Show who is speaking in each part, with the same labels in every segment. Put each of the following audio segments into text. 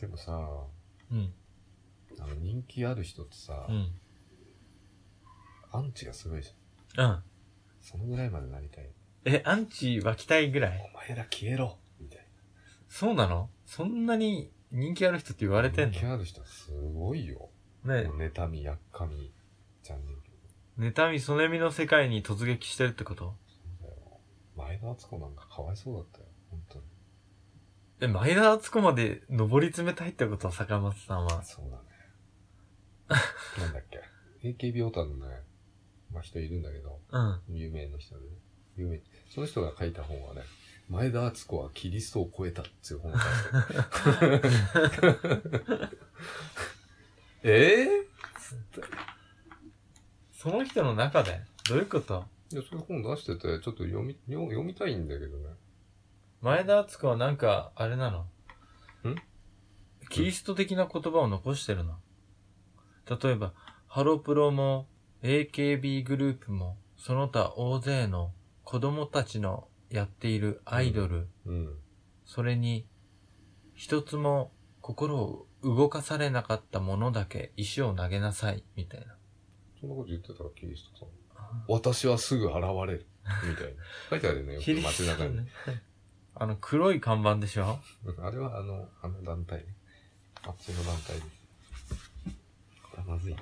Speaker 1: でもさ、
Speaker 2: うん。
Speaker 1: あの人気ある人ってさ、
Speaker 2: うん。
Speaker 1: アンチがすごいじゃん。
Speaker 2: うん。
Speaker 1: そのぐらいまでなりたい。
Speaker 2: え、アンチ湧きたいぐらい
Speaker 1: お前ら消えろみたいな。
Speaker 2: そうなのそんなに人気ある人って言われてんの
Speaker 1: 人気ある人はすごいよ。
Speaker 2: ね
Speaker 1: もう妬み、やっかみ、じゃんねえけど。
Speaker 2: 妬み、そねみの世界に突撃してるってこと
Speaker 1: そうだよ。前田敦子なんかかわいそうだったよ。本当に。
Speaker 2: え、前田敦子まで上り詰めたいってこと坂本さんは。
Speaker 1: そうだね。なんだっけ。AKB オタのね、まあ人いるんだけど、
Speaker 2: うん。
Speaker 1: 有名な人でね。有名。その人が書いた本はね、前田敦子はキリストを超えたっていう本を書いてる。 え
Speaker 2: その人の中でどういうこと
Speaker 1: ぇ、いや、そういう本出してて、ちょっと読み、読読みたいんだけどね。
Speaker 2: 前田敦子はなんか、あれなの
Speaker 1: ん
Speaker 2: キリスト的な言葉を残してるの。例えば、ハロプロも、AKB グループも、その他大勢の子供たちのやっているアイドル、
Speaker 1: うん。
Speaker 2: それに、一つも心を動かされなかったものだけ石を投げなさい、みたいな。
Speaker 1: そんなこと言ってたらキリストさん。私はすぐ現れる。みたいな。書いてあるよね、よく
Speaker 2: キリ
Speaker 1: 街
Speaker 2: スト
Speaker 1: 中に。
Speaker 2: ね。 あの、黒い看板でしょ
Speaker 1: うんあれはあの、あの団体ね。あっちの団体です。あ、まずいな。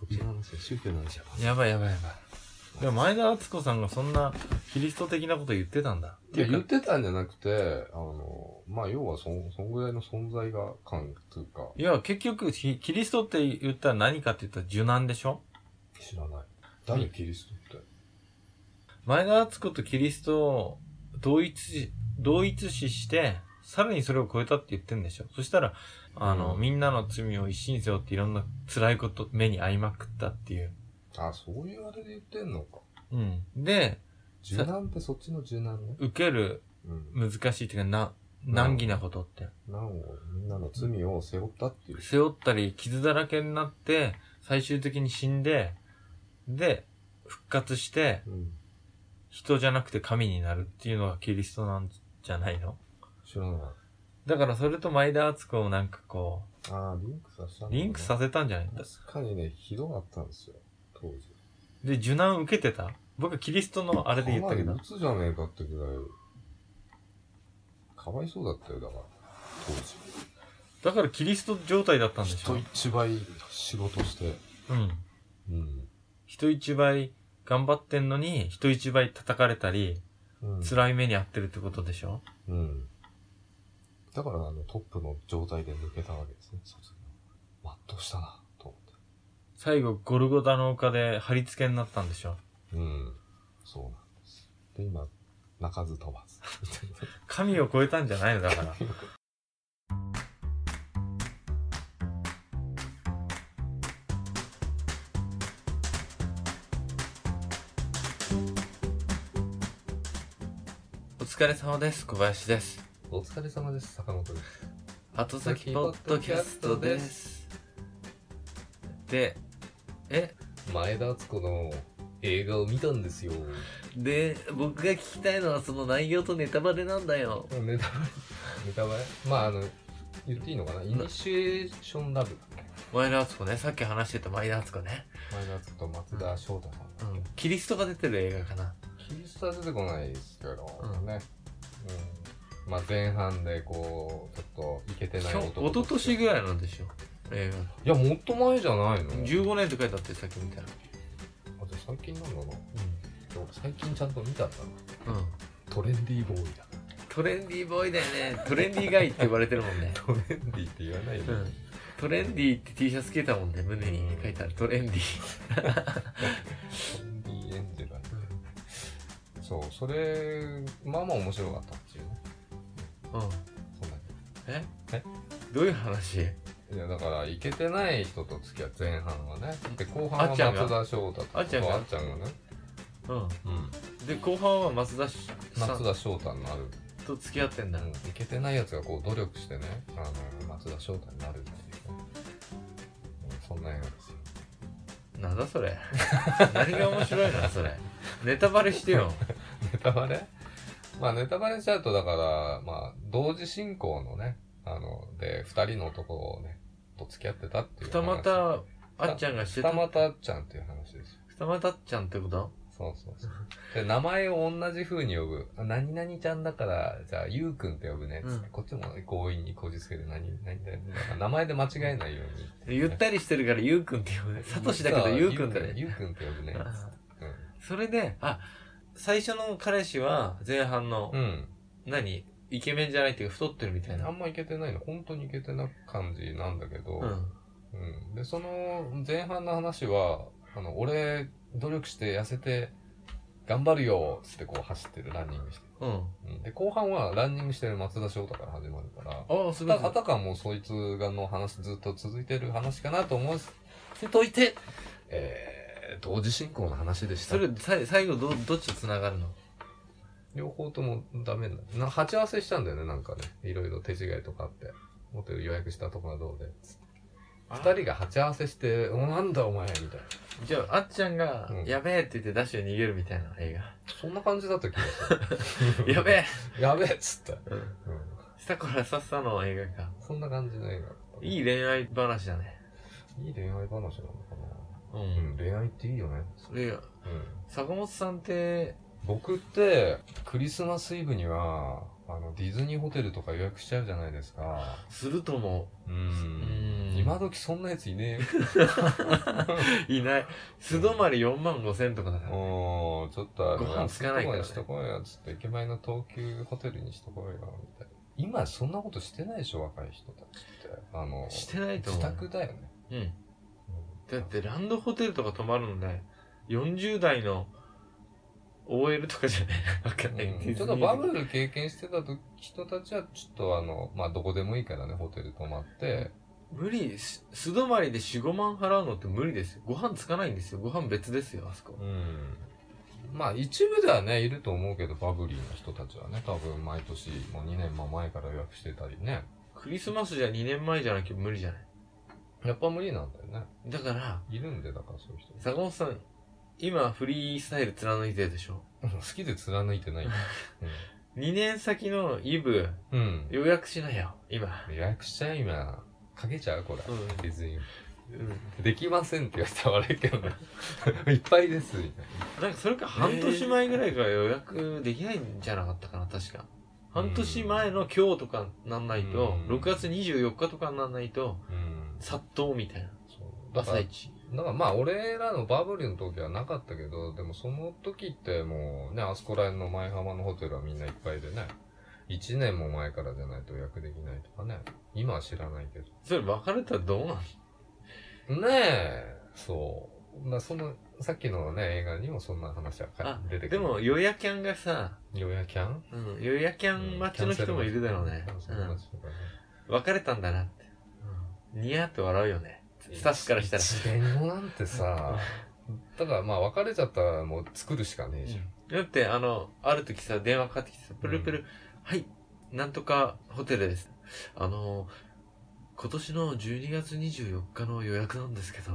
Speaker 1: そっちの話は宗教の話はまずい
Speaker 2: やばいやばいやばい。でも前田敦子さんがそんなキリスト的なこと言ってたんだ。
Speaker 1: いや、言ってたんじゃなくて、あの、まあ、要はそん、そんぐらいの存在が感というか、
Speaker 2: いや、結局、ひキリストって言ったら何かって言ったら受難でしょ
Speaker 1: 知らない。誰キリストって。
Speaker 2: 前田敦子とキリストを同一視、同一視して、さらにそれを超えたって言ってんでしょそしたら、あの、
Speaker 1: うん
Speaker 2: みんなの罪を一心に背負っていろんな辛いこと、目に遭いまくったっていう。
Speaker 1: あ、そういうあれで言ってんのか。
Speaker 2: うん。で、
Speaker 1: 柔軟ってそっちの柔軟ね。
Speaker 2: 受ける
Speaker 1: うん。
Speaker 2: 難しいっていうか、な、難儀なことって。
Speaker 1: なお、みんなの罪を背負ったっていう。
Speaker 2: 背負ったり傷だらけになって最終的に死んでで復活して
Speaker 1: うん。
Speaker 2: 人じゃなくて神になるっていうのがキリストなんじゃないの
Speaker 1: 知らない。
Speaker 2: だからそれと前田敦子をなんかこ
Speaker 1: あーリンクさせたん
Speaker 2: う
Speaker 1: だな
Speaker 2: リンクさせたんじゃないんだ
Speaker 1: 確かにね、ひどかったんですよ、当時。
Speaker 2: で受難受けてた僕はキリストのあれで言ったけど
Speaker 1: 鬱じゃねえかってぐらい、かわいそうだったよ、だから、当時。
Speaker 2: だからキリスト状態だったんでし
Speaker 1: 人
Speaker 2: ょ
Speaker 1: 一倍仕事して、
Speaker 2: うん
Speaker 1: うん。
Speaker 2: 人一倍頑張ってんのに人一倍叩かれたり
Speaker 1: うん。
Speaker 2: 辛い目に遭ってるってことでしょ
Speaker 1: うん。だから、あの、トップの状態で抜けたわけですね、卒業。全うしたな、と思っ
Speaker 2: 最後ゴルゴダの丘で貼り付けになったんでしょ
Speaker 1: て。うん。そうなんです。で、今、泣かず飛ばず。
Speaker 2: 神を超えたんじゃないのだから。お疲れ様です。小林です。
Speaker 1: お疲れ様です、坂本です。
Speaker 2: 後先ポッドキャストです。で、え、
Speaker 1: 前田敦子の映画を見たんですよ。
Speaker 2: で、僕が聞きたいのはその内容とネタバレなんだよ。
Speaker 1: ネタバレネタバレまああの言っていいのかなイニシエーションラブだっけ
Speaker 2: 前田敦子ね、さっき話してた前田敦子ね。
Speaker 1: 前田敦子と松田翔太さんだ
Speaker 2: う
Speaker 1: っけ、
Speaker 2: ん。キリストが出てる映画かな。
Speaker 1: キリストは出てこないですけど
Speaker 2: うん
Speaker 1: ね、うんまあ、前半でこうちょっとイケてない
Speaker 2: 去
Speaker 1: 男
Speaker 2: 一昨年ぐらいなんでしょ映
Speaker 1: いやもっと前じゃないの
Speaker 2: 画15年って書いてあってさっき見たら
Speaker 1: あじゃあ最近なんだなでも最近ちゃんと見たんだな
Speaker 2: うん、
Speaker 1: トレンディーボーイだ
Speaker 2: トレンディーボーイだよねトレンディーガイって呼ばれてるもんね
Speaker 1: トレンディーって言わないの、
Speaker 2: うんトレンディーって T シャツ着てたもんね胸に書いてあるトレンディー
Speaker 1: トレンディーエンジェルだねそうそれまあまあ面白かったっていうね
Speaker 2: うん
Speaker 1: そんなに
Speaker 2: え
Speaker 1: え
Speaker 2: どういう話
Speaker 1: いやだからイケてない人と付き合う前半はねで後半
Speaker 2: あ
Speaker 1: は
Speaker 2: っちゃんが
Speaker 1: 松田翔太と
Speaker 2: あっちゃんが
Speaker 1: そうあっちゃんがね、
Speaker 2: うんで後半は松田しさ
Speaker 1: 松
Speaker 2: ん
Speaker 1: 田翔太になる
Speaker 2: と付き合ってんだ、
Speaker 1: イケてないやつがこう努力してねあの松田翔太になるっていうね、うんそんな映画ですよ
Speaker 2: なんだ それ何が面白いのそれネタバレしてよ
Speaker 1: ネタバレまあネタバレしちゃうとだからまあ同時進行のねああの、で、二人の男をね、と付き合ってたっていう
Speaker 2: 二股、あっちゃんがしてた。
Speaker 1: 二股あっちゃんっていう話ですよ。
Speaker 2: 二股あっちゃんってこと
Speaker 1: そうそうそう。 で、名前を同じ風に呼ぶ。あ何々ちゃんだから、じゃあ、ゆうくんって呼ぶね。つって
Speaker 2: うん
Speaker 1: こっちも強引にこじつけて、何、何だよ。だから名前で間違えないように。
Speaker 2: ゆったりしてるからゆうくんって呼ぶね。サトシだけ
Speaker 1: そ
Speaker 2: どゆうくんだね。
Speaker 1: ゆうくんって呼ぶね。
Speaker 2: あ
Speaker 1: つっ
Speaker 2: ー
Speaker 1: て
Speaker 2: それで、あ、最初の彼氏は前半の、
Speaker 1: うん。うん
Speaker 2: 何イケメンじゃないっていうか太ってるみたい
Speaker 1: あ
Speaker 2: な。
Speaker 1: んまいけてないの、本当にいけてな感じなんだけど、
Speaker 2: うん。
Speaker 1: うんで、その前半の話は、あの、俺、努力して痩せて、頑張るよつってこう走ってる、ランニングして
Speaker 2: うん。
Speaker 1: る。うんで、後半はランニングしてる松田翔太から始まるから、
Speaker 2: ああ、すごい
Speaker 1: た。あたかもそいつがの話ずっと続いてる話かなと思ってといて、えー、同時進行の話でした
Speaker 2: そ。れ、さい最後ど、どっちと繋がるの
Speaker 1: 両方ともダメになる。な、鉢合わせしたんだよね、なんかね。いろいろ手違いとかあって。ホテル予約したとこはどうで。二人が鉢合わせして、おなんだお前みたいな。
Speaker 2: じゃあ、あっちゃんが
Speaker 1: うん、
Speaker 2: やべえって言ってダッシュで逃げるみたいな映
Speaker 1: そんな感じだった気がす
Speaker 2: 画。
Speaker 1: る。
Speaker 2: やべえ
Speaker 1: やべえっつった。
Speaker 2: う
Speaker 1: う
Speaker 2: ん。
Speaker 1: ん。
Speaker 2: 下からさっさの映画か。
Speaker 1: そんな感じの映画だった。
Speaker 2: いい恋愛話だね。
Speaker 1: いい恋愛話なのか
Speaker 2: う
Speaker 1: な。うん、。恋愛っていいよね。
Speaker 2: それ、
Speaker 1: うん。
Speaker 2: 坂本さんって、
Speaker 1: 僕って、クリスマスイブには、あの、ディズニーホテルとか予約しちゃうじゃないですか。
Speaker 2: するとも、
Speaker 1: う。
Speaker 2: うんん
Speaker 1: 今時そんなやついねえよ。
Speaker 2: いない。素泊まり4万5千とかだから。
Speaker 1: おー、ちょっとあの
Speaker 2: ご飯つかないからね
Speaker 1: 安いとこにしとこうよ。ちょっと駅前の東急ホテルにしとこうよ、みたいな。今そんなことしてないでしょ、若い人たちって。あの、
Speaker 2: してないと思
Speaker 1: 自
Speaker 2: う。
Speaker 1: 宅だよね。
Speaker 2: うん。
Speaker 1: うん
Speaker 2: だってランドホテルとか泊まるのね、40代の OL とかじゃない わかんない。
Speaker 1: う
Speaker 2: ディ
Speaker 1: ん
Speaker 2: ズ
Speaker 1: ちょ
Speaker 2: ニ
Speaker 1: っ
Speaker 2: ー
Speaker 1: とバブル経験してた時人たちは、ちょっとあの、まあ、どこでもいいからね、ホテル泊まって、
Speaker 2: 無理す、素泊まりで4、5万払うのって無理ですよ。ご飯つかないんですよ。ご飯別ですよ、あそこ。
Speaker 1: うん。まあ、一部ではね、いると思うけど、バブリーの人たちはね、多分毎年、もう2年も前から予約してたりね。
Speaker 2: クリスマスじゃ2年前じゃなきゃ無理じゃない。
Speaker 1: やっぱ無理なんだよね。
Speaker 2: だから、
Speaker 1: いるんで、だからそういう人。
Speaker 2: 坂本さん、今フリースタイル貫いてるでしょ
Speaker 1: うん好きで貫いて ない。
Speaker 2: ?2 年先のイブ、
Speaker 1: うん。うん
Speaker 2: 予約しなよ、今。
Speaker 1: 予約しちゃう今。かけちゃうこれ。
Speaker 2: うん
Speaker 1: 別に。
Speaker 2: うん。
Speaker 1: できませんって言われたら悪いけどね。 いっぱいです。みたい
Speaker 2: なんかそれか半年前ぐらいから予約できないんじゃなかったかな、確か。半年前の今日とかなんないと
Speaker 1: う、ん
Speaker 2: 6月24日とかなんないと、
Speaker 1: なうん。
Speaker 2: 殺到みたいな。
Speaker 1: そうだか
Speaker 2: 朝
Speaker 1: ら、
Speaker 2: 一。
Speaker 1: だからまあ俺らのバブルの時はなかったけど、でもその時ってもうね、あそこら辺の前浜のホテルはみんないっぱいでね。1年も前からじゃないと予約できないとかね。今は知らないけど。
Speaker 2: それ別れたらどうなん
Speaker 1: ねえ、そう。まあその、さっきのね、映画にもそんな話はか
Speaker 2: あ
Speaker 1: 出てく
Speaker 2: で
Speaker 1: る。
Speaker 2: も、予約キャンがさ、
Speaker 1: よやきゃん
Speaker 2: うん、予約キャン待ちの人もいるだろうね
Speaker 1: キャン。セ
Speaker 2: う
Speaker 1: ル待
Speaker 2: ん
Speaker 1: ちとかね
Speaker 2: 別れたんだなって。ニヤって笑うよね。スタッフからしたら。
Speaker 1: 一連語なんてさ、だからまあ別れちゃったらもう作るしかねえじゃん。
Speaker 2: だって、あの、ある時さ、電話かかってきてさ、プルプル、
Speaker 1: う
Speaker 2: はい、なんとかホテルです。あの、今年の12月24日の予約なんですけど、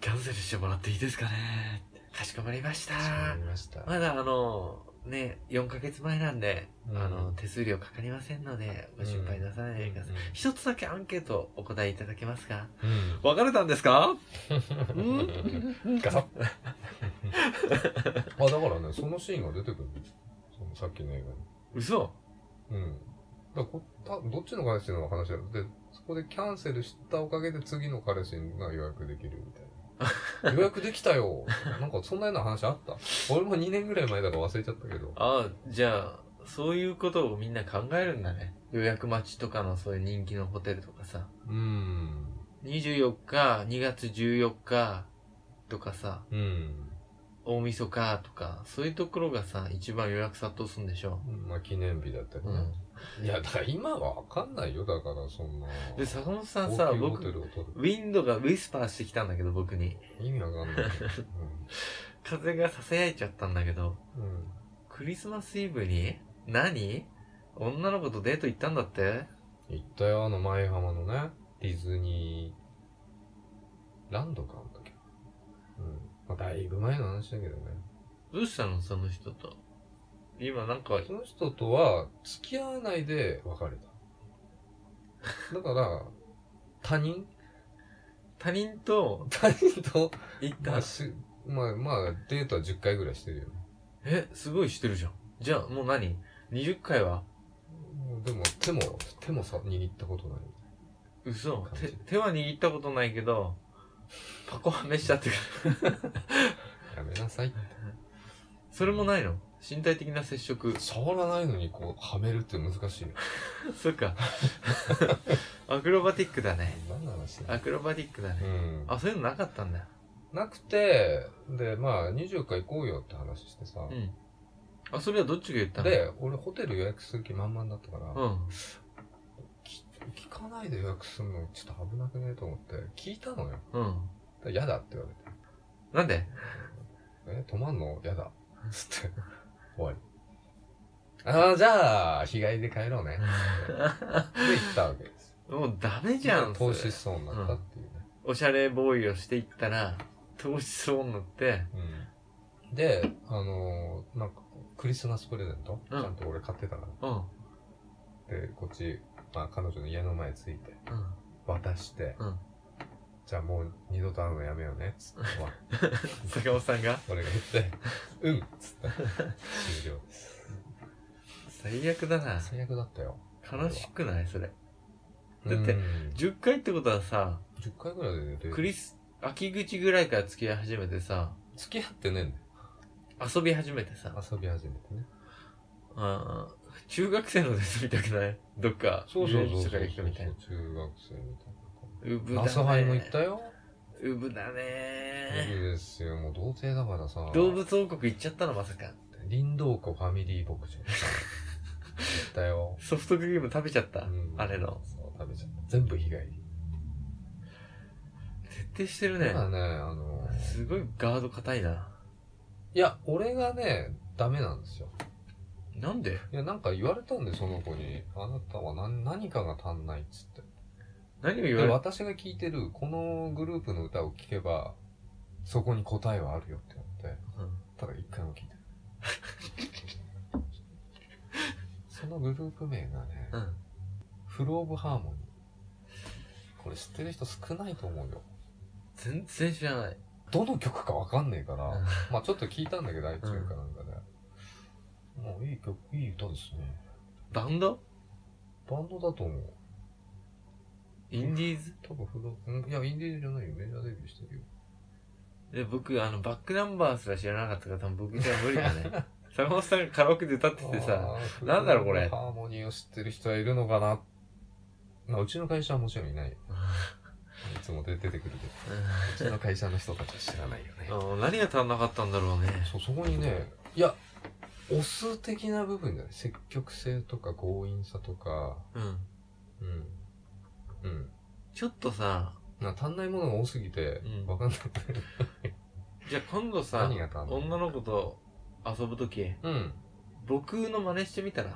Speaker 2: キャンセルしてもらっていいですかねかしこまりました。
Speaker 1: ありました。
Speaker 2: まだあの、ね、4ヶ月前なんで、
Speaker 1: うん
Speaker 2: あの、手数料かかりませんので、ご心配なさらないでください。
Speaker 1: うんうん
Speaker 2: 一つだけアンケートお答えいただけますか
Speaker 1: うん
Speaker 2: 別れたんですかう
Speaker 1: ガサッ。あ、だからね、そのシーンが出てくるのそのさっきの映
Speaker 2: 嘘
Speaker 1: 画に。うん。だからこたどっちの彼氏の話だろう。で、そこでキャンセルしたおかげで次の彼氏が予約できるみたいな。 予約できたよなんかそんなような話あった俺も2年ぐらい前だから忘れちゃったけど。
Speaker 2: ああ、じゃあ、そういうことをみんな考えるんだね。予約待ちとかのそういう人気のホテルとかさ。
Speaker 1: うん。
Speaker 2: 24日、2月14日とかさ、
Speaker 1: うん。
Speaker 2: 大晦日とか、そういうところがさ、一番予約殺到するんでしょ。
Speaker 1: まあ記念日だったり
Speaker 2: う
Speaker 1: ね。
Speaker 2: ん。
Speaker 1: いや、だから今はわかんないよ、だからそんな。
Speaker 2: で、坂本さんさ、
Speaker 1: 高級ホ
Speaker 2: 僕
Speaker 1: テ、ルを取る
Speaker 2: ウィンドがウィスパーしてきたんだけど、僕に。
Speaker 1: 意味わかん ない。
Speaker 2: 風が囁いちゃったんだけど、
Speaker 1: うん。うん
Speaker 2: クリスマスイブに何女の子とデート行ったんだって
Speaker 1: 行ったよ、あの前浜のね、ディズニー、ランドかあんだっけ。うん。まあ、だいぶ前の話だけどね。
Speaker 2: どうしたのその人と。今なんか、
Speaker 1: その人とは付き合わないで別れた。だから、他人
Speaker 2: 他人と
Speaker 1: 他人と、
Speaker 2: 行っ
Speaker 1: ま
Speaker 2: た
Speaker 1: あ、。しまあ、まあ、デートは10回ぐらいしてるよね。
Speaker 2: え、すごいしてるじゃん。じゃあ、もう何 ?20 回は
Speaker 1: でも、手も、手もさ、握ったことない。
Speaker 2: 嘘
Speaker 1: 感じ
Speaker 2: 手、手は握ったことないけど、パコはめしちゃってる。
Speaker 1: やめなさいって。
Speaker 2: それもないの身体的な接触。
Speaker 1: 触らないのに、こう、はめるって難しいよ。
Speaker 2: そっか。 アクロバティックだね。
Speaker 1: 何の話だ
Speaker 2: アクロバティックだ
Speaker 1: う
Speaker 2: ね。
Speaker 1: ん。
Speaker 2: あ、そういうのなかったんだ。
Speaker 1: なくて、で、まあ、20回行こうよって話してさ
Speaker 2: う。ん。あ、それはどっちが言ったの、
Speaker 1: で、俺ホテル予約する気満々だったから、
Speaker 2: うん。
Speaker 1: 聞かないで予約するのちょっと危なくねえと思って、聞いたのよ。だか
Speaker 2: うん。
Speaker 1: ら嫌だって言われて。
Speaker 2: なんで
Speaker 1: え、泊まんのやだ。つって、 終わり。ああ、じゃあ、日帰りで帰ろう ね。で、行ったわけです。
Speaker 2: もうダメじゃん。
Speaker 1: で投
Speaker 2: そ
Speaker 1: 資
Speaker 2: れ
Speaker 1: しそうになったっていうね。
Speaker 2: おしゃれボーイをしていったら、投資そうになって、
Speaker 1: うんで、あのーなんか、クリスマスプレゼント、
Speaker 2: うん
Speaker 1: ちゃんと俺買ってたか
Speaker 2: うん。うん。
Speaker 1: ら。で、こっち、まあ、彼女の家の前着いて、渡して、
Speaker 2: うん
Speaker 1: じゃあもう二度と会うのやめようね、つって終わって。
Speaker 2: 坂本さんが
Speaker 1: 俺が言って、うん、つって、終了です。
Speaker 2: 最悪だな。
Speaker 1: 最悪だったよ。
Speaker 2: 悲しくないそれ。
Speaker 1: だ
Speaker 2: だって、10回ってことはさ、
Speaker 1: 10回ぐらいで寝て
Speaker 2: クリス、秋口ぐらいから付き合い始めてさ、
Speaker 1: 付き合ってねえんだよ。
Speaker 2: 遊び始めてさ、
Speaker 1: 遊び始めてね。
Speaker 2: あー中学生のデートみたくないどっか、遊園地とか行くみたいな。
Speaker 1: 中学生みたいう
Speaker 2: ぶ
Speaker 1: な。ナ
Speaker 2: だね。
Speaker 1: スハイも行ったよ。
Speaker 2: うぶだ
Speaker 1: い
Speaker 2: ね
Speaker 1: いですよ。もう童貞だからさ。
Speaker 2: 動物王国行っちゃったのまさか。
Speaker 1: 林道湖ファミリー牧場。行ったよ。
Speaker 2: ソフトクリーム食べちゃった。
Speaker 1: うん
Speaker 2: あれの。
Speaker 1: そう、食べちゃった。全部被害。
Speaker 2: 徹底してるね
Speaker 1: た。だね、あの、
Speaker 2: すごいガード硬いな。
Speaker 1: いや、俺がね、ダメなんですよ。
Speaker 2: なんで
Speaker 1: いや、なんか言われたんで、その子に。あなたは何何かが足んないっつって。
Speaker 2: 何を言
Speaker 1: で
Speaker 2: われ
Speaker 1: 私が聴いてるこのグループの歌を聴けば、そこに答えはあるよって言って、
Speaker 2: うん
Speaker 1: ただ一回も聴いてな い。そのグループ名がね、
Speaker 2: うん。
Speaker 1: フルオブハーモニー。これ知ってる人少ないと思うよ。
Speaker 2: 全然知らない。
Speaker 1: どの曲かわかんねえから、
Speaker 2: うん
Speaker 1: まあちょっと聞いたんだけど、iTune かなんかで、もういい曲、いい歌ですね。
Speaker 2: バンド
Speaker 1: バンドだと思う。
Speaker 2: インディーズ
Speaker 1: 多分フルオブ、うんいや、インディーズじゃないよ。メジャーデビューしてるよ。
Speaker 2: で僕、あの、バックナンバーすら知らなかったから多分僕じゃ無理だ ね。坂本さんがカラオケで歌っててさ、
Speaker 1: あー
Speaker 2: なんだろうこれ
Speaker 1: ハーモニーを知ってる人はいるのかな。まあ、うちの会社はもちろんいないよ。いつも出てくるけど。うちの会社の人たちは知らないよね
Speaker 2: う。ん、何が足んなかったんだろうね。
Speaker 1: そう、そこにね、いや、オス的な部分じゃない積極性とか強引さとか、
Speaker 2: うん。
Speaker 1: うん。うん。
Speaker 2: ちょっとさ、
Speaker 1: な足んないものが多すぎて
Speaker 2: う、ん
Speaker 1: わかんなくて。
Speaker 2: じゃあ今度さ
Speaker 1: 何、が足んない
Speaker 2: 女の子と遊ぶとき、
Speaker 1: うん。
Speaker 2: 僕の真似してみたら、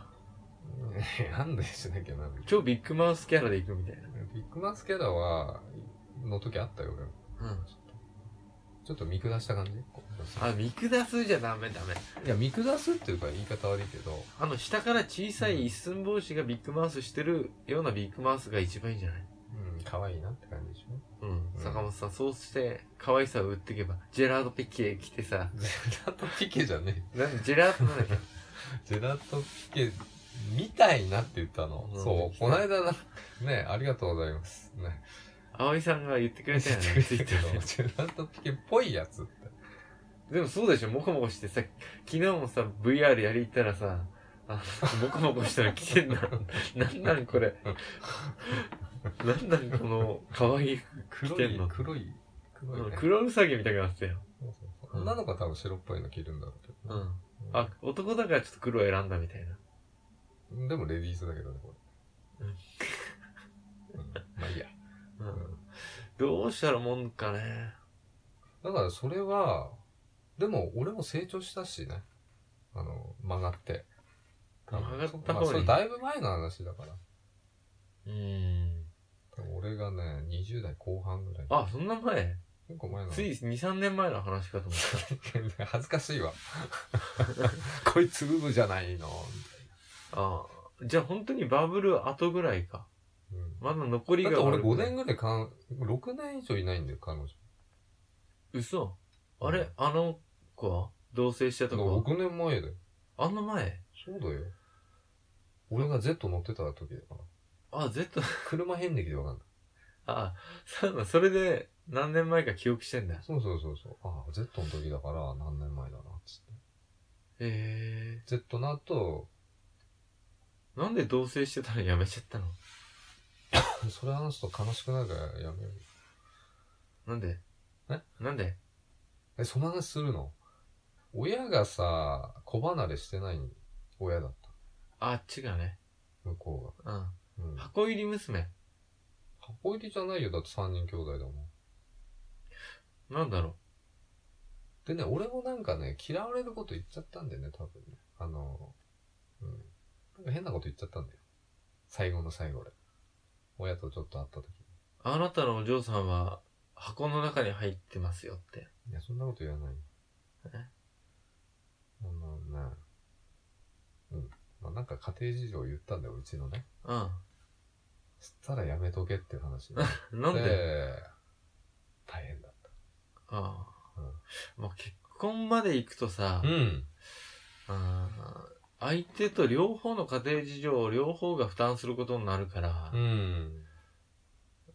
Speaker 1: ねなんでしなきゃなんで。
Speaker 2: 超ビッグマウスキャラで行くみたいな。
Speaker 1: ビッグマウスキャラは、の時あったよ、俺も
Speaker 2: うん。
Speaker 1: ちょっと見下した感じ
Speaker 2: あ、見下すじゃダメダメ。
Speaker 1: いや、見下すっていうか言い方悪いけど、
Speaker 2: あの、下から小さい一寸法師がビッグマウスしてるようなビッグマウスが一番いいんじゃない
Speaker 1: うん、可愛いなって感じでし ょ
Speaker 2: うん。
Speaker 1: うん
Speaker 2: 坂本さん、そうして、可愛さを売っていけば、ジェラートピケ来てさ、
Speaker 1: ジェラートピケじゃね
Speaker 2: なんでジェラートなんだっけ
Speaker 1: え。ジェラートピケ、みたいなって言ったの。
Speaker 2: うん
Speaker 1: そう、この間な、ね、ありがとうございます。ね。
Speaker 2: 葵さんが言ってくれたよね、
Speaker 1: 言っ
Speaker 2: ツ
Speaker 1: て
Speaker 2: イ
Speaker 1: くれ
Speaker 2: ッ
Speaker 1: たけ
Speaker 2: タ
Speaker 1: ど
Speaker 2: ーで。
Speaker 1: ジェラートピケっぽいやつって。
Speaker 2: でもそうでしょ、モコモコしてさ、昨日もさ、VR やり行ったらさ、あの、モコモコしたら来てん だ。なんなんこれ。なんなんこの、可愛い服着
Speaker 1: 黒
Speaker 2: てん
Speaker 1: い
Speaker 2: の。、
Speaker 1: 黒い、黒い、ね。
Speaker 2: クロウサギみたいになってたよ。
Speaker 1: そうそうそう女の子は多分白っぽいの着るんだろうけ
Speaker 2: う
Speaker 1: どね、
Speaker 2: ん。あ、男だからちょっと黒を選んだみたいな。
Speaker 1: うんでもレディースだけどね、これ。
Speaker 2: うん
Speaker 1: うんまあいいや。
Speaker 2: うん
Speaker 1: うん
Speaker 2: どうしたらもんかね。
Speaker 1: だからそれは、でも俺も成長したしね。あの、曲がって。
Speaker 2: 曲がった方に
Speaker 1: まあそれだいぶ前の話だから。
Speaker 2: うん。
Speaker 1: 多分俺がね、20代後半ぐらい。
Speaker 2: あ、そんな前
Speaker 1: 結構前の。
Speaker 2: つい2、3年前の話かと思った。
Speaker 1: 恥ずかしい わ。こいつブブじゃないの。
Speaker 2: ああ。じゃあ本当にバブル後ぐらいか。
Speaker 1: うん
Speaker 2: まだ残り
Speaker 1: だっ
Speaker 2: が。
Speaker 1: て俺5年ぐらいかん、6年以上いないんだよ、彼女。
Speaker 2: 嘘。あれ、あの子は同棲してた
Speaker 1: だ
Speaker 2: 子は
Speaker 1: 6年前だよ。
Speaker 2: あの前
Speaker 1: そうだよ。俺が Z 乗ってた時だから。
Speaker 2: あ、Z、
Speaker 1: 車遍歴でわかんない。
Speaker 2: あ、そうだ、それで何年前か記憶してんだ。
Speaker 1: そうそうそうそう。ああ、Z の時だから何年前だな、つって。
Speaker 2: へ
Speaker 1: Z の後、
Speaker 2: え。なんで同棲してたのやめちゃったの
Speaker 1: それ話すと悲しくなるからやめよう。
Speaker 2: なんで
Speaker 1: え
Speaker 2: なんで
Speaker 1: え、その話するの親がさ、子離れしてない親だった。
Speaker 2: あっちがね。
Speaker 1: 向こ
Speaker 2: うん。
Speaker 1: うが。うん。
Speaker 2: 箱入り娘。
Speaker 1: 箱入りじゃないよ。だって3人兄弟だもん。
Speaker 2: なんだろ
Speaker 1: でね、俺もなんかね、嫌われること言っちゃったんだよね、多分ね。あの、うん。なんか変なこと言っちゃったんだよ。最後の最後で。親とちょっと会った時に。
Speaker 2: う。あなたのお嬢さんは箱の中に入ってますよって。
Speaker 1: いや、そんなこと言わないよ。
Speaker 2: え
Speaker 1: あのね、うん。まあ、なんか家庭事情を言ったんだよ、うちのね。
Speaker 2: う
Speaker 1: そしたらやめとけっていう話になっ
Speaker 2: ん。なん
Speaker 1: て。
Speaker 2: で
Speaker 1: 大変だっ
Speaker 2: ああ。まあ、結婚まで行くとさ
Speaker 1: た。、うん。
Speaker 2: あー相手と両方の家庭事情を両方が負担することになるから、
Speaker 1: うん。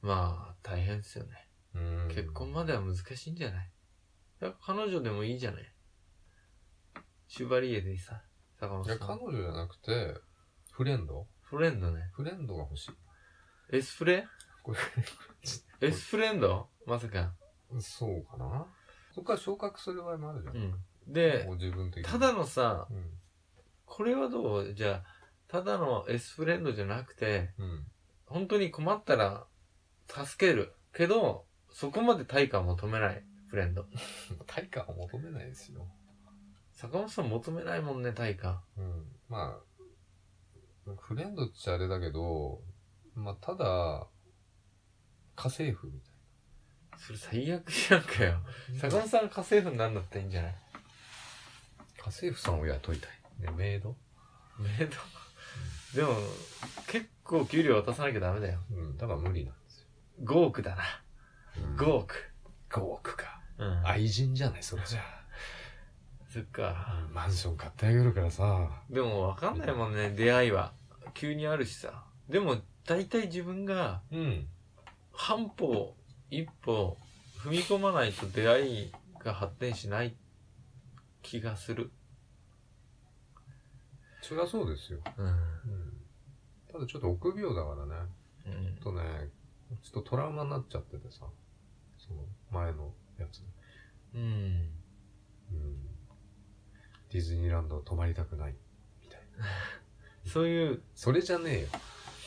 Speaker 2: まあ、大変ですよね。
Speaker 1: うん。
Speaker 2: 結婚までは難しいんじゃないだから彼女でもいいじゃないシュバリエでさ、坂本
Speaker 1: いや、
Speaker 2: さ
Speaker 1: 彼
Speaker 2: ん。
Speaker 1: 女じゃなくて、フレンド
Speaker 2: フレンドね。
Speaker 1: フレンドが欲しい。
Speaker 2: エスフレ
Speaker 1: これ
Speaker 2: エスフレンドまさか。
Speaker 1: そうかな。そこから昇格する場合もあるじゃん。
Speaker 2: うん。
Speaker 1: も
Speaker 2: で、
Speaker 1: う自分的に。
Speaker 2: ただ、のさ、
Speaker 1: うん。
Speaker 2: これはどうじゃあ、ただのエスフレンドじゃなくて、
Speaker 1: うん。
Speaker 2: 本当に困ったら助ける。けど、そこまで対価を求めないフレンド。
Speaker 1: 対価は求めないですよ。
Speaker 2: 坂本さん求めないもんね、対価。
Speaker 1: うん。まあ、フレンドっちゃあれだけど、まあ、ただ、家政婦みたい
Speaker 2: それ最悪じゃんかよ。
Speaker 1: な。
Speaker 2: 坂本さんが家政婦になんだったらいいんじゃない
Speaker 1: 家政婦さんを雇いたい。ね、メイド
Speaker 2: メイド。でも、結構給料渡さなきゃダメだよ。
Speaker 1: うん。だから無理なんですよ。
Speaker 2: 5億だな。5億。
Speaker 1: 5億か。
Speaker 2: うん。
Speaker 1: 愛人じゃない、それじゃあ。
Speaker 2: そっか。
Speaker 1: マンション買ってあげるからさ。
Speaker 2: でもわかんないもんね、出会いは。急にあるしさ。でも、大体自分が
Speaker 1: うん。
Speaker 2: 半歩、一歩、踏み込まないと出会いが発展しない気がする。
Speaker 1: そりゃそうですよ。
Speaker 2: うん。
Speaker 1: うん。ただちょっと臆病だからね。
Speaker 2: うん
Speaker 1: ちょっとね、ちょっとトラウマになっちゃっててさ。その前のやつ。
Speaker 2: うん。
Speaker 1: うん。ディズニーランド泊まりたくない。みたいな。
Speaker 2: そういう、
Speaker 1: それじゃねえよ。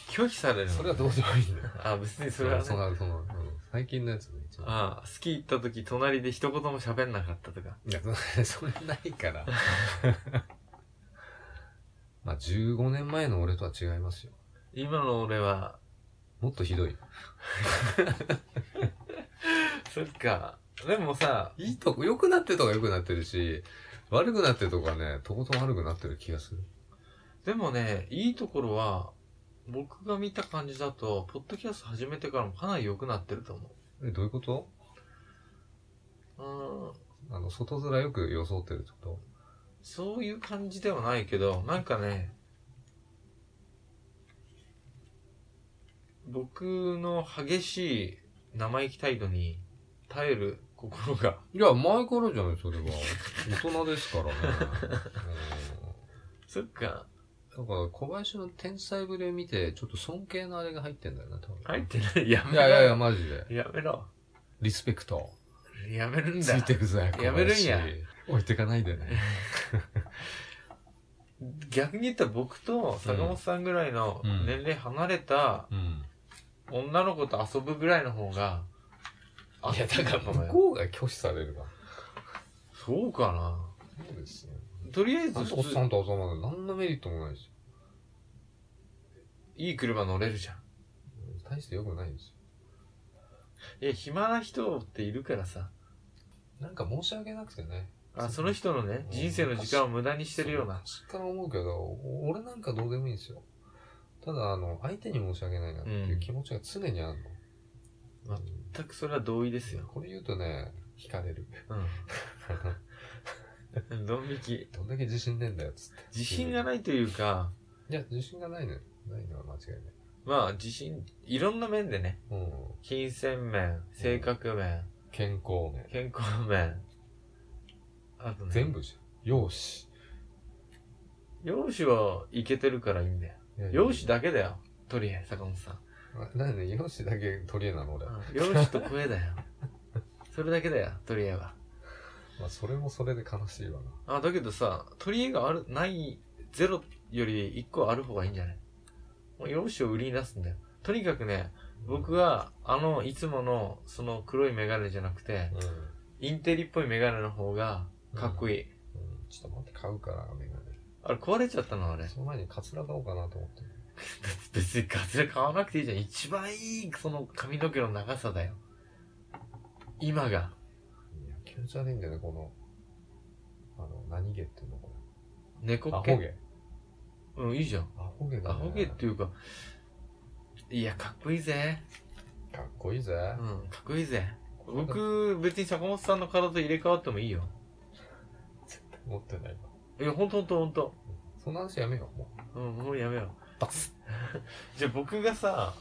Speaker 2: 拒否されるの
Speaker 1: それはどうでもいいんだよ。
Speaker 2: あ、別にそれは
Speaker 1: そ
Speaker 2: ね。
Speaker 1: の、その、うん最近のやつね、一番。
Speaker 2: ああ、スキー行った時、隣で一言も喋んなかったとか。
Speaker 1: いや、それそれない から。まあ、15年前の俺とは違いますよ。
Speaker 2: 今の俺は、
Speaker 1: もっとひどい。
Speaker 2: そっか。でもさ、
Speaker 1: いいとこ、良くなってるとこは良くなってるし、悪くなってるとこはね、とことん悪くなってる気がする。
Speaker 2: でもね、いいところは、僕が見た感じだと、ポッドキャスト始めてからもかなり良くなってると思
Speaker 1: え、どういうこと
Speaker 2: う。うーん、
Speaker 1: あの、外面よく装ってるってこ
Speaker 2: そういう感じではないけど、なんかね、僕の激しい生意気態度に耐える心が、
Speaker 1: といや、前からじゃない、それは。大人です からね。
Speaker 2: そっか、
Speaker 1: うんだから、小林の天才ぶりを見て、ちょっと尊敬のあれが入ってんだよな、多分。
Speaker 2: 入ってない。やめ
Speaker 1: い
Speaker 2: ろ。
Speaker 1: やいやいや、マジで。
Speaker 2: やめろ。
Speaker 1: リスペクト。
Speaker 2: やめるん
Speaker 1: つ
Speaker 2: だ。
Speaker 1: いてるぜ、
Speaker 2: やめるんや
Speaker 1: 小林。置いてかないでね。
Speaker 2: 逆に言ったら僕と坂本さんぐらいの
Speaker 1: うん
Speaker 2: 年齢離れた
Speaker 1: うん。
Speaker 2: 女の子と遊ぶぐらいの方が、あ
Speaker 1: いや、だから、
Speaker 2: ご
Speaker 1: 向
Speaker 2: めん
Speaker 1: こうが拒否されるから。
Speaker 2: そうかな。
Speaker 1: そうですよ。
Speaker 2: とりあえず
Speaker 1: あんたおっ
Speaker 2: 普
Speaker 1: さ
Speaker 2: 通、
Speaker 1: んと遊ばない。何のメリットもないし。
Speaker 2: いい車乗れるじゃん。
Speaker 1: 大して良くないですよ。
Speaker 2: え、暇な人っているからさ。
Speaker 1: なんか申し訳なくてね。
Speaker 2: あ、その人のね、人生の時間を無駄にしてるような。
Speaker 1: そう昔から思うけど、お俺なんかどうでもいいんですよ。ただ、あの、相手に申し訳ないなっていう気持ちが常にあるの。
Speaker 2: うん全くそれは同意ですよ。
Speaker 1: これ言うとね、惹かれる。
Speaker 2: うん。ドン引き。
Speaker 1: どんだけ自信ねえんだよ、つって。
Speaker 2: 自信がないというか、
Speaker 1: いや、自信がないのよ。ないのは間違いない。
Speaker 2: まあ、自信、いろんな面でね。
Speaker 1: うん。
Speaker 2: 金銭面、性格面、
Speaker 1: 健康面。
Speaker 2: 健康面。あとね。
Speaker 1: 全部じゃん。容姿。
Speaker 2: 容姿はいけてるからいいんだよ。
Speaker 1: いやいや
Speaker 2: 容姿だけだよ。とりあえず、坂本さん。
Speaker 1: あなんで容姿だけ取り柄なの俺。ま
Speaker 2: 容姿と声だよ。 それだけだよ、取り柄は。
Speaker 1: あ、それもそれで悲しいわな。
Speaker 2: あ、だけどさ、取り柄がある、ない、ゼロより1個ある方がいいんじゃないもう容姿を売りに出すんだよ。とにかくね、僕は、あの、いつもの、その黒いメガネじゃなくて
Speaker 1: う、ん。
Speaker 2: インテリっぽいメガネの方が、かっこいい。
Speaker 1: うん。ちょっと待って、買うから、メガネ。
Speaker 2: あれ、壊れちゃったのあれ。
Speaker 1: その前にカツラ買おうかなと思って。
Speaker 2: 別にガツラ買わなくていいじゃん。一番いい、その髪の毛の長さだよ。今が。
Speaker 1: いや、気持ち悪いんだよね、この、あの、何毛っていうのこれ。
Speaker 2: 猫
Speaker 1: ア
Speaker 2: 毛。
Speaker 1: ホ毛。
Speaker 2: うん、いいじゃん。
Speaker 1: アホ毛だね。
Speaker 2: アホ毛っていうか、いや、かっこいいぜ。
Speaker 1: かっこいいぜ。
Speaker 2: うん、かっこいいぜ。僕、別に坂本さんの体と入れ替わってもいいよ。
Speaker 1: 持ってないわ。
Speaker 2: いや、ほんとほんとほんと。
Speaker 1: そんな話やめよう、も
Speaker 2: うん、もうやめよ
Speaker 1: う。バツ
Speaker 2: う。じゃあ僕がさ、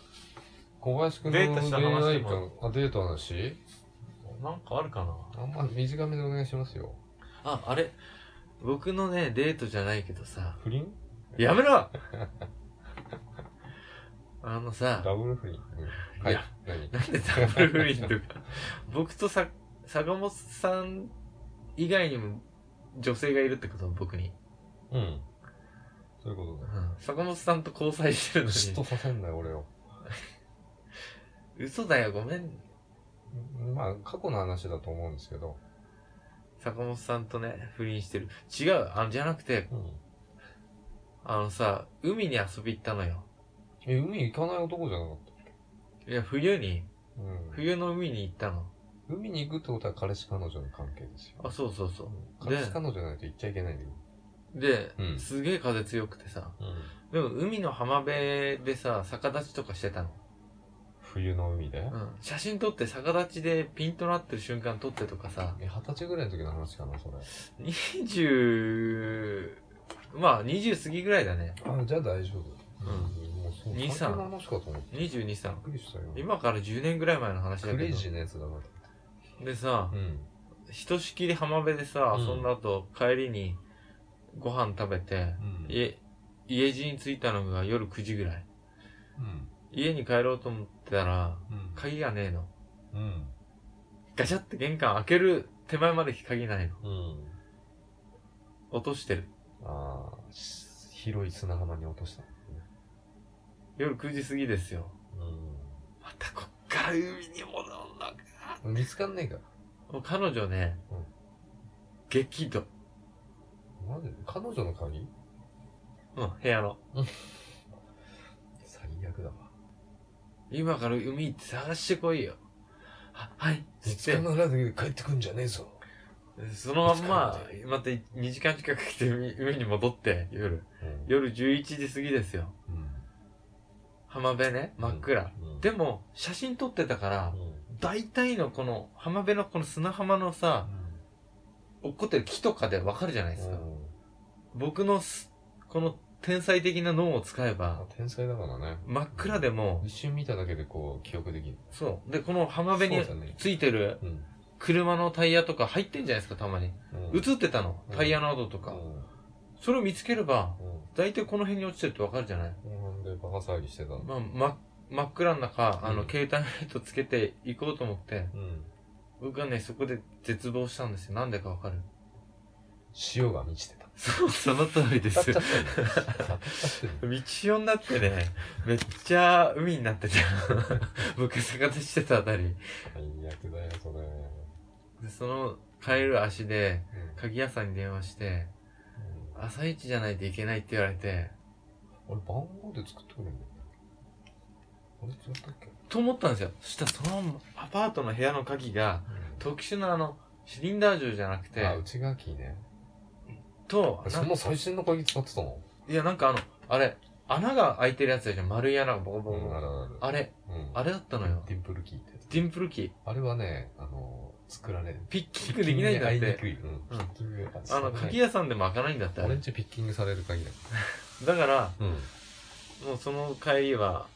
Speaker 1: 小林くんの
Speaker 2: デートした話
Speaker 1: 恋愛
Speaker 2: も
Speaker 1: 観あ、デートの話
Speaker 2: なんかあるかな
Speaker 1: あんま短めでお願いしますよ。
Speaker 2: あ、あれ。僕のね、デートじゃないけどさ、
Speaker 1: 不倫
Speaker 2: や めろあのさ、
Speaker 1: ダブル不倫。うんはいい
Speaker 2: や。
Speaker 1: 何
Speaker 2: なんでダブル不倫とか。僕とさ、坂本さん以外にも女性がいるってこと僕に。
Speaker 1: うん。そういうこと
Speaker 2: う
Speaker 1: だ。
Speaker 2: ん。坂本さんと交際してるの
Speaker 1: 嫉妬
Speaker 2: に。
Speaker 1: させんなよ、俺を。
Speaker 2: 嘘だよ、ごめん。
Speaker 1: うんまあ、過去の話だと思うんですけど。
Speaker 2: 坂本さんとね、不倫してる。違う、あの、じゃなくて、
Speaker 1: うん。
Speaker 2: あのさ、海に遊び行ったのよ。
Speaker 1: え、海行かない男じゃなかっ
Speaker 2: いや、冬に、
Speaker 1: た。うん。
Speaker 2: 冬の海に行ったの。
Speaker 1: 海に行くってことは彼氏彼女の関係ですよ。
Speaker 2: あ、そうそうそ
Speaker 1: 彼氏彼女じゃないと行っちゃいけないんだよ。
Speaker 2: う。で、
Speaker 1: うん
Speaker 2: すげえ風強くてさ。
Speaker 1: うん。
Speaker 2: でも、海の浜辺でさ、逆立ちとかしてたの。
Speaker 1: 冬の海で、
Speaker 2: うん。写真撮って逆立ちでピンとなってる瞬間撮ってとかさ、
Speaker 1: え、二十歳ぐらいの時の話かな、それ。
Speaker 2: 20、まあ20過ぎぐらいだね。
Speaker 1: あ、じゃあ大丈夫。
Speaker 2: う
Speaker 1: もうそう、
Speaker 2: 二
Speaker 1: 最
Speaker 2: 三
Speaker 1: 近の話かと思って。
Speaker 2: 22、3
Speaker 1: びっ。くりしたよ。
Speaker 2: 今から10年ぐらい前の話だけど。
Speaker 1: クレイジーなやつだなと思って。
Speaker 2: でさ、
Speaker 1: うん。
Speaker 2: ひとしきり浜辺でさ、
Speaker 1: うん
Speaker 2: 遊んだ後、帰りにご飯食べて、
Speaker 1: うん
Speaker 2: 家、家路に着いたのが夜9時ぐらい。
Speaker 1: うん。
Speaker 2: 家に帰ろうと思ってたら、
Speaker 1: うん。
Speaker 2: 鍵がねえの。
Speaker 1: うん。
Speaker 2: ガチャって玄関開ける手前まで鍵ないの。
Speaker 1: うん。
Speaker 2: 落としてる。
Speaker 1: ああ、し広い砂浜に落とした。
Speaker 2: 夜9時過ぎですよ。
Speaker 1: う
Speaker 2: またこっから海に戻んのか。
Speaker 1: ん。見つかんねえから。
Speaker 2: もう彼女ね、
Speaker 1: うん
Speaker 2: 激怒。
Speaker 1: マジで彼女の鍵
Speaker 2: うん、部屋の。
Speaker 1: 最悪だわ。
Speaker 2: 今から海行って探してこいよ。は、はい。
Speaker 1: 見
Speaker 2: つ
Speaker 1: つ
Speaker 2: っ
Speaker 1: からないで帰ってくんじゃねえぞ。
Speaker 2: て、そのまんま
Speaker 1: 見つかん、
Speaker 2: また2時間近く来て海海に戻って、夜。
Speaker 1: うん。
Speaker 2: 夜11時過ぎですよ。浜辺ね、真っ暗。
Speaker 1: うん
Speaker 2: でも、写真撮ってたから
Speaker 1: う、ん。
Speaker 2: 大体のこの浜辺のこの砂浜のさ、落っこってる木とかでわかるじゃないです
Speaker 1: う
Speaker 2: か。
Speaker 1: ん。
Speaker 2: 僕のす、この天才的な脳を使え
Speaker 1: あ
Speaker 2: ば、
Speaker 1: 天才だからね。
Speaker 2: 真っ暗でも、
Speaker 1: 一瞬見ただけでこう、記憶できる。
Speaker 2: そう。で、この浜辺に
Speaker 1: そうだね
Speaker 2: ついてる
Speaker 1: うん。
Speaker 2: 車のタイヤとか入ってんじゃないですか、たまに。
Speaker 1: うん
Speaker 2: 映ってたの。
Speaker 1: うん
Speaker 2: タイヤの跡と
Speaker 1: う
Speaker 2: か。
Speaker 1: ん。
Speaker 2: それを見つければ、
Speaker 1: うん。
Speaker 2: 大体この辺に落ちてるってわかるじゃない
Speaker 1: なんでバカ騒ぎしてたの
Speaker 2: まあ、ま、真っ暗の中、あの、
Speaker 1: うん
Speaker 2: 携帯ライトつけて行こうと思って、
Speaker 1: うん。
Speaker 2: 僕はね、そこで絶望したんですよ。なんでかわ かる
Speaker 1: 塩が満ちてた。
Speaker 2: そう、その通りで
Speaker 1: 立
Speaker 2: す
Speaker 1: っちゃ
Speaker 2: よ
Speaker 1: っ。てんの。立っちゃってんの
Speaker 2: 道用になってね、めっちゃ海になってた。 僕、逆立ちしてたあたり。
Speaker 1: 最悪だよ、それ。
Speaker 2: で、その、帰る足で、
Speaker 1: うん
Speaker 2: 鍵屋さんに電話して、朝一じゃないといけないって言われて、
Speaker 1: 俺、番号で作ってくれんだよ。あれ違ったっけ
Speaker 2: と思ったんですよ。そしたらそのアパートの部屋の鍵が、特殊なあの、シリンダー錠じゃなくて、
Speaker 1: あ、内側キーね。
Speaker 2: と、な
Speaker 1: その最新の鍵使ってたの
Speaker 2: いや、なんかあの、あれ、穴が開いてるやつでしょ丸い穴がボコボコボ
Speaker 1: うんあ
Speaker 2: コ。
Speaker 1: るある。
Speaker 2: あれ、
Speaker 1: うん
Speaker 2: あれだったのよ。
Speaker 1: ディンプルキーってやつ。
Speaker 2: ディンプルキー。
Speaker 1: あれはね、あの、作られる。
Speaker 2: ピッキングできないんだっ
Speaker 1: ピッキングに合いに
Speaker 2: て。
Speaker 1: くい。うん。ピッキング。
Speaker 2: あの、鍵屋さんでも開かないんだって。あ
Speaker 1: 俺
Speaker 2: れ
Speaker 1: んちピッキングされる鍵だ。
Speaker 2: だから、
Speaker 1: うん。うん。
Speaker 2: もうその帰りは、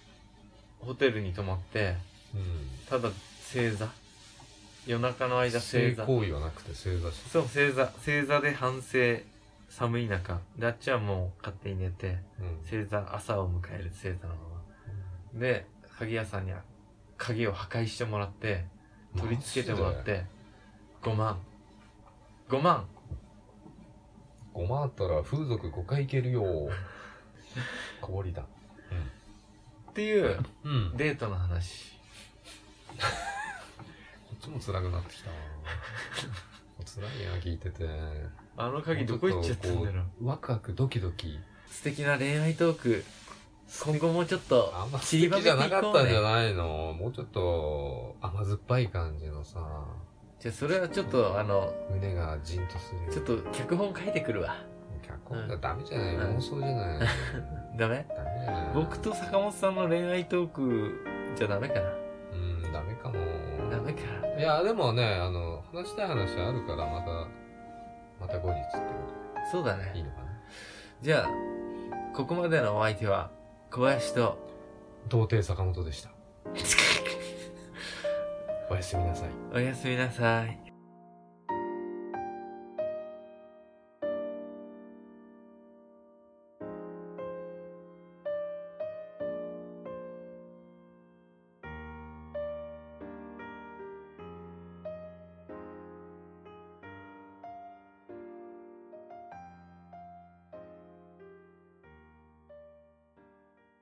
Speaker 2: ホテルに泊まって、ただ正座。夜中の間正
Speaker 1: 性
Speaker 2: 座。
Speaker 1: 行為はなくて正座し。
Speaker 2: そう、正座。正座で反省。寒い中。で、あっちはもう勝手に寝て、
Speaker 1: うん。
Speaker 2: 正座、朝を迎える正座のまま。で、鍵屋さんに鍵を破壊してもらって、取り付けてもらって、5万。5万
Speaker 1: ごまあったら風俗5回行けるよ。 こぼりだ。
Speaker 2: っていう
Speaker 1: うん。
Speaker 2: デートの話。
Speaker 1: こっちも辛くなってきた な辛いな、聞いてて。
Speaker 2: あの鍵どこ行っちゃったんだろう。
Speaker 1: ワクワクドキドキ。
Speaker 2: 素敵な恋愛トーク。今後もちょっと
Speaker 1: あんま素
Speaker 2: 散りば
Speaker 1: 敵
Speaker 2: め
Speaker 1: じ
Speaker 2: てい
Speaker 1: ゃ
Speaker 2: こうね
Speaker 1: なかったんじゃないのもうちょっと甘酸っぱい感じのさ、
Speaker 2: じゃあそれはちょっとあの、
Speaker 1: 胸がじんとする。
Speaker 2: ちょっと脚本書いてくるわ。
Speaker 1: 脚本がダメじゃない、
Speaker 2: うん
Speaker 1: 妄想じゃ ない。
Speaker 2: ダメ
Speaker 1: ダメじゃない。
Speaker 2: 僕と坂本さんの恋愛トークじゃダメか
Speaker 1: うん、ダメかも。
Speaker 2: なダメか
Speaker 1: いや、でもね、あの、話したい話あるから、また、また後日ってこ
Speaker 2: そうだ
Speaker 1: とでいい
Speaker 2: ね。
Speaker 1: のかな。
Speaker 2: じゃあ、ここまでのお相手は、小林と、
Speaker 1: 童貞坂本でした。おやすみなさい。
Speaker 2: おやすみなさい。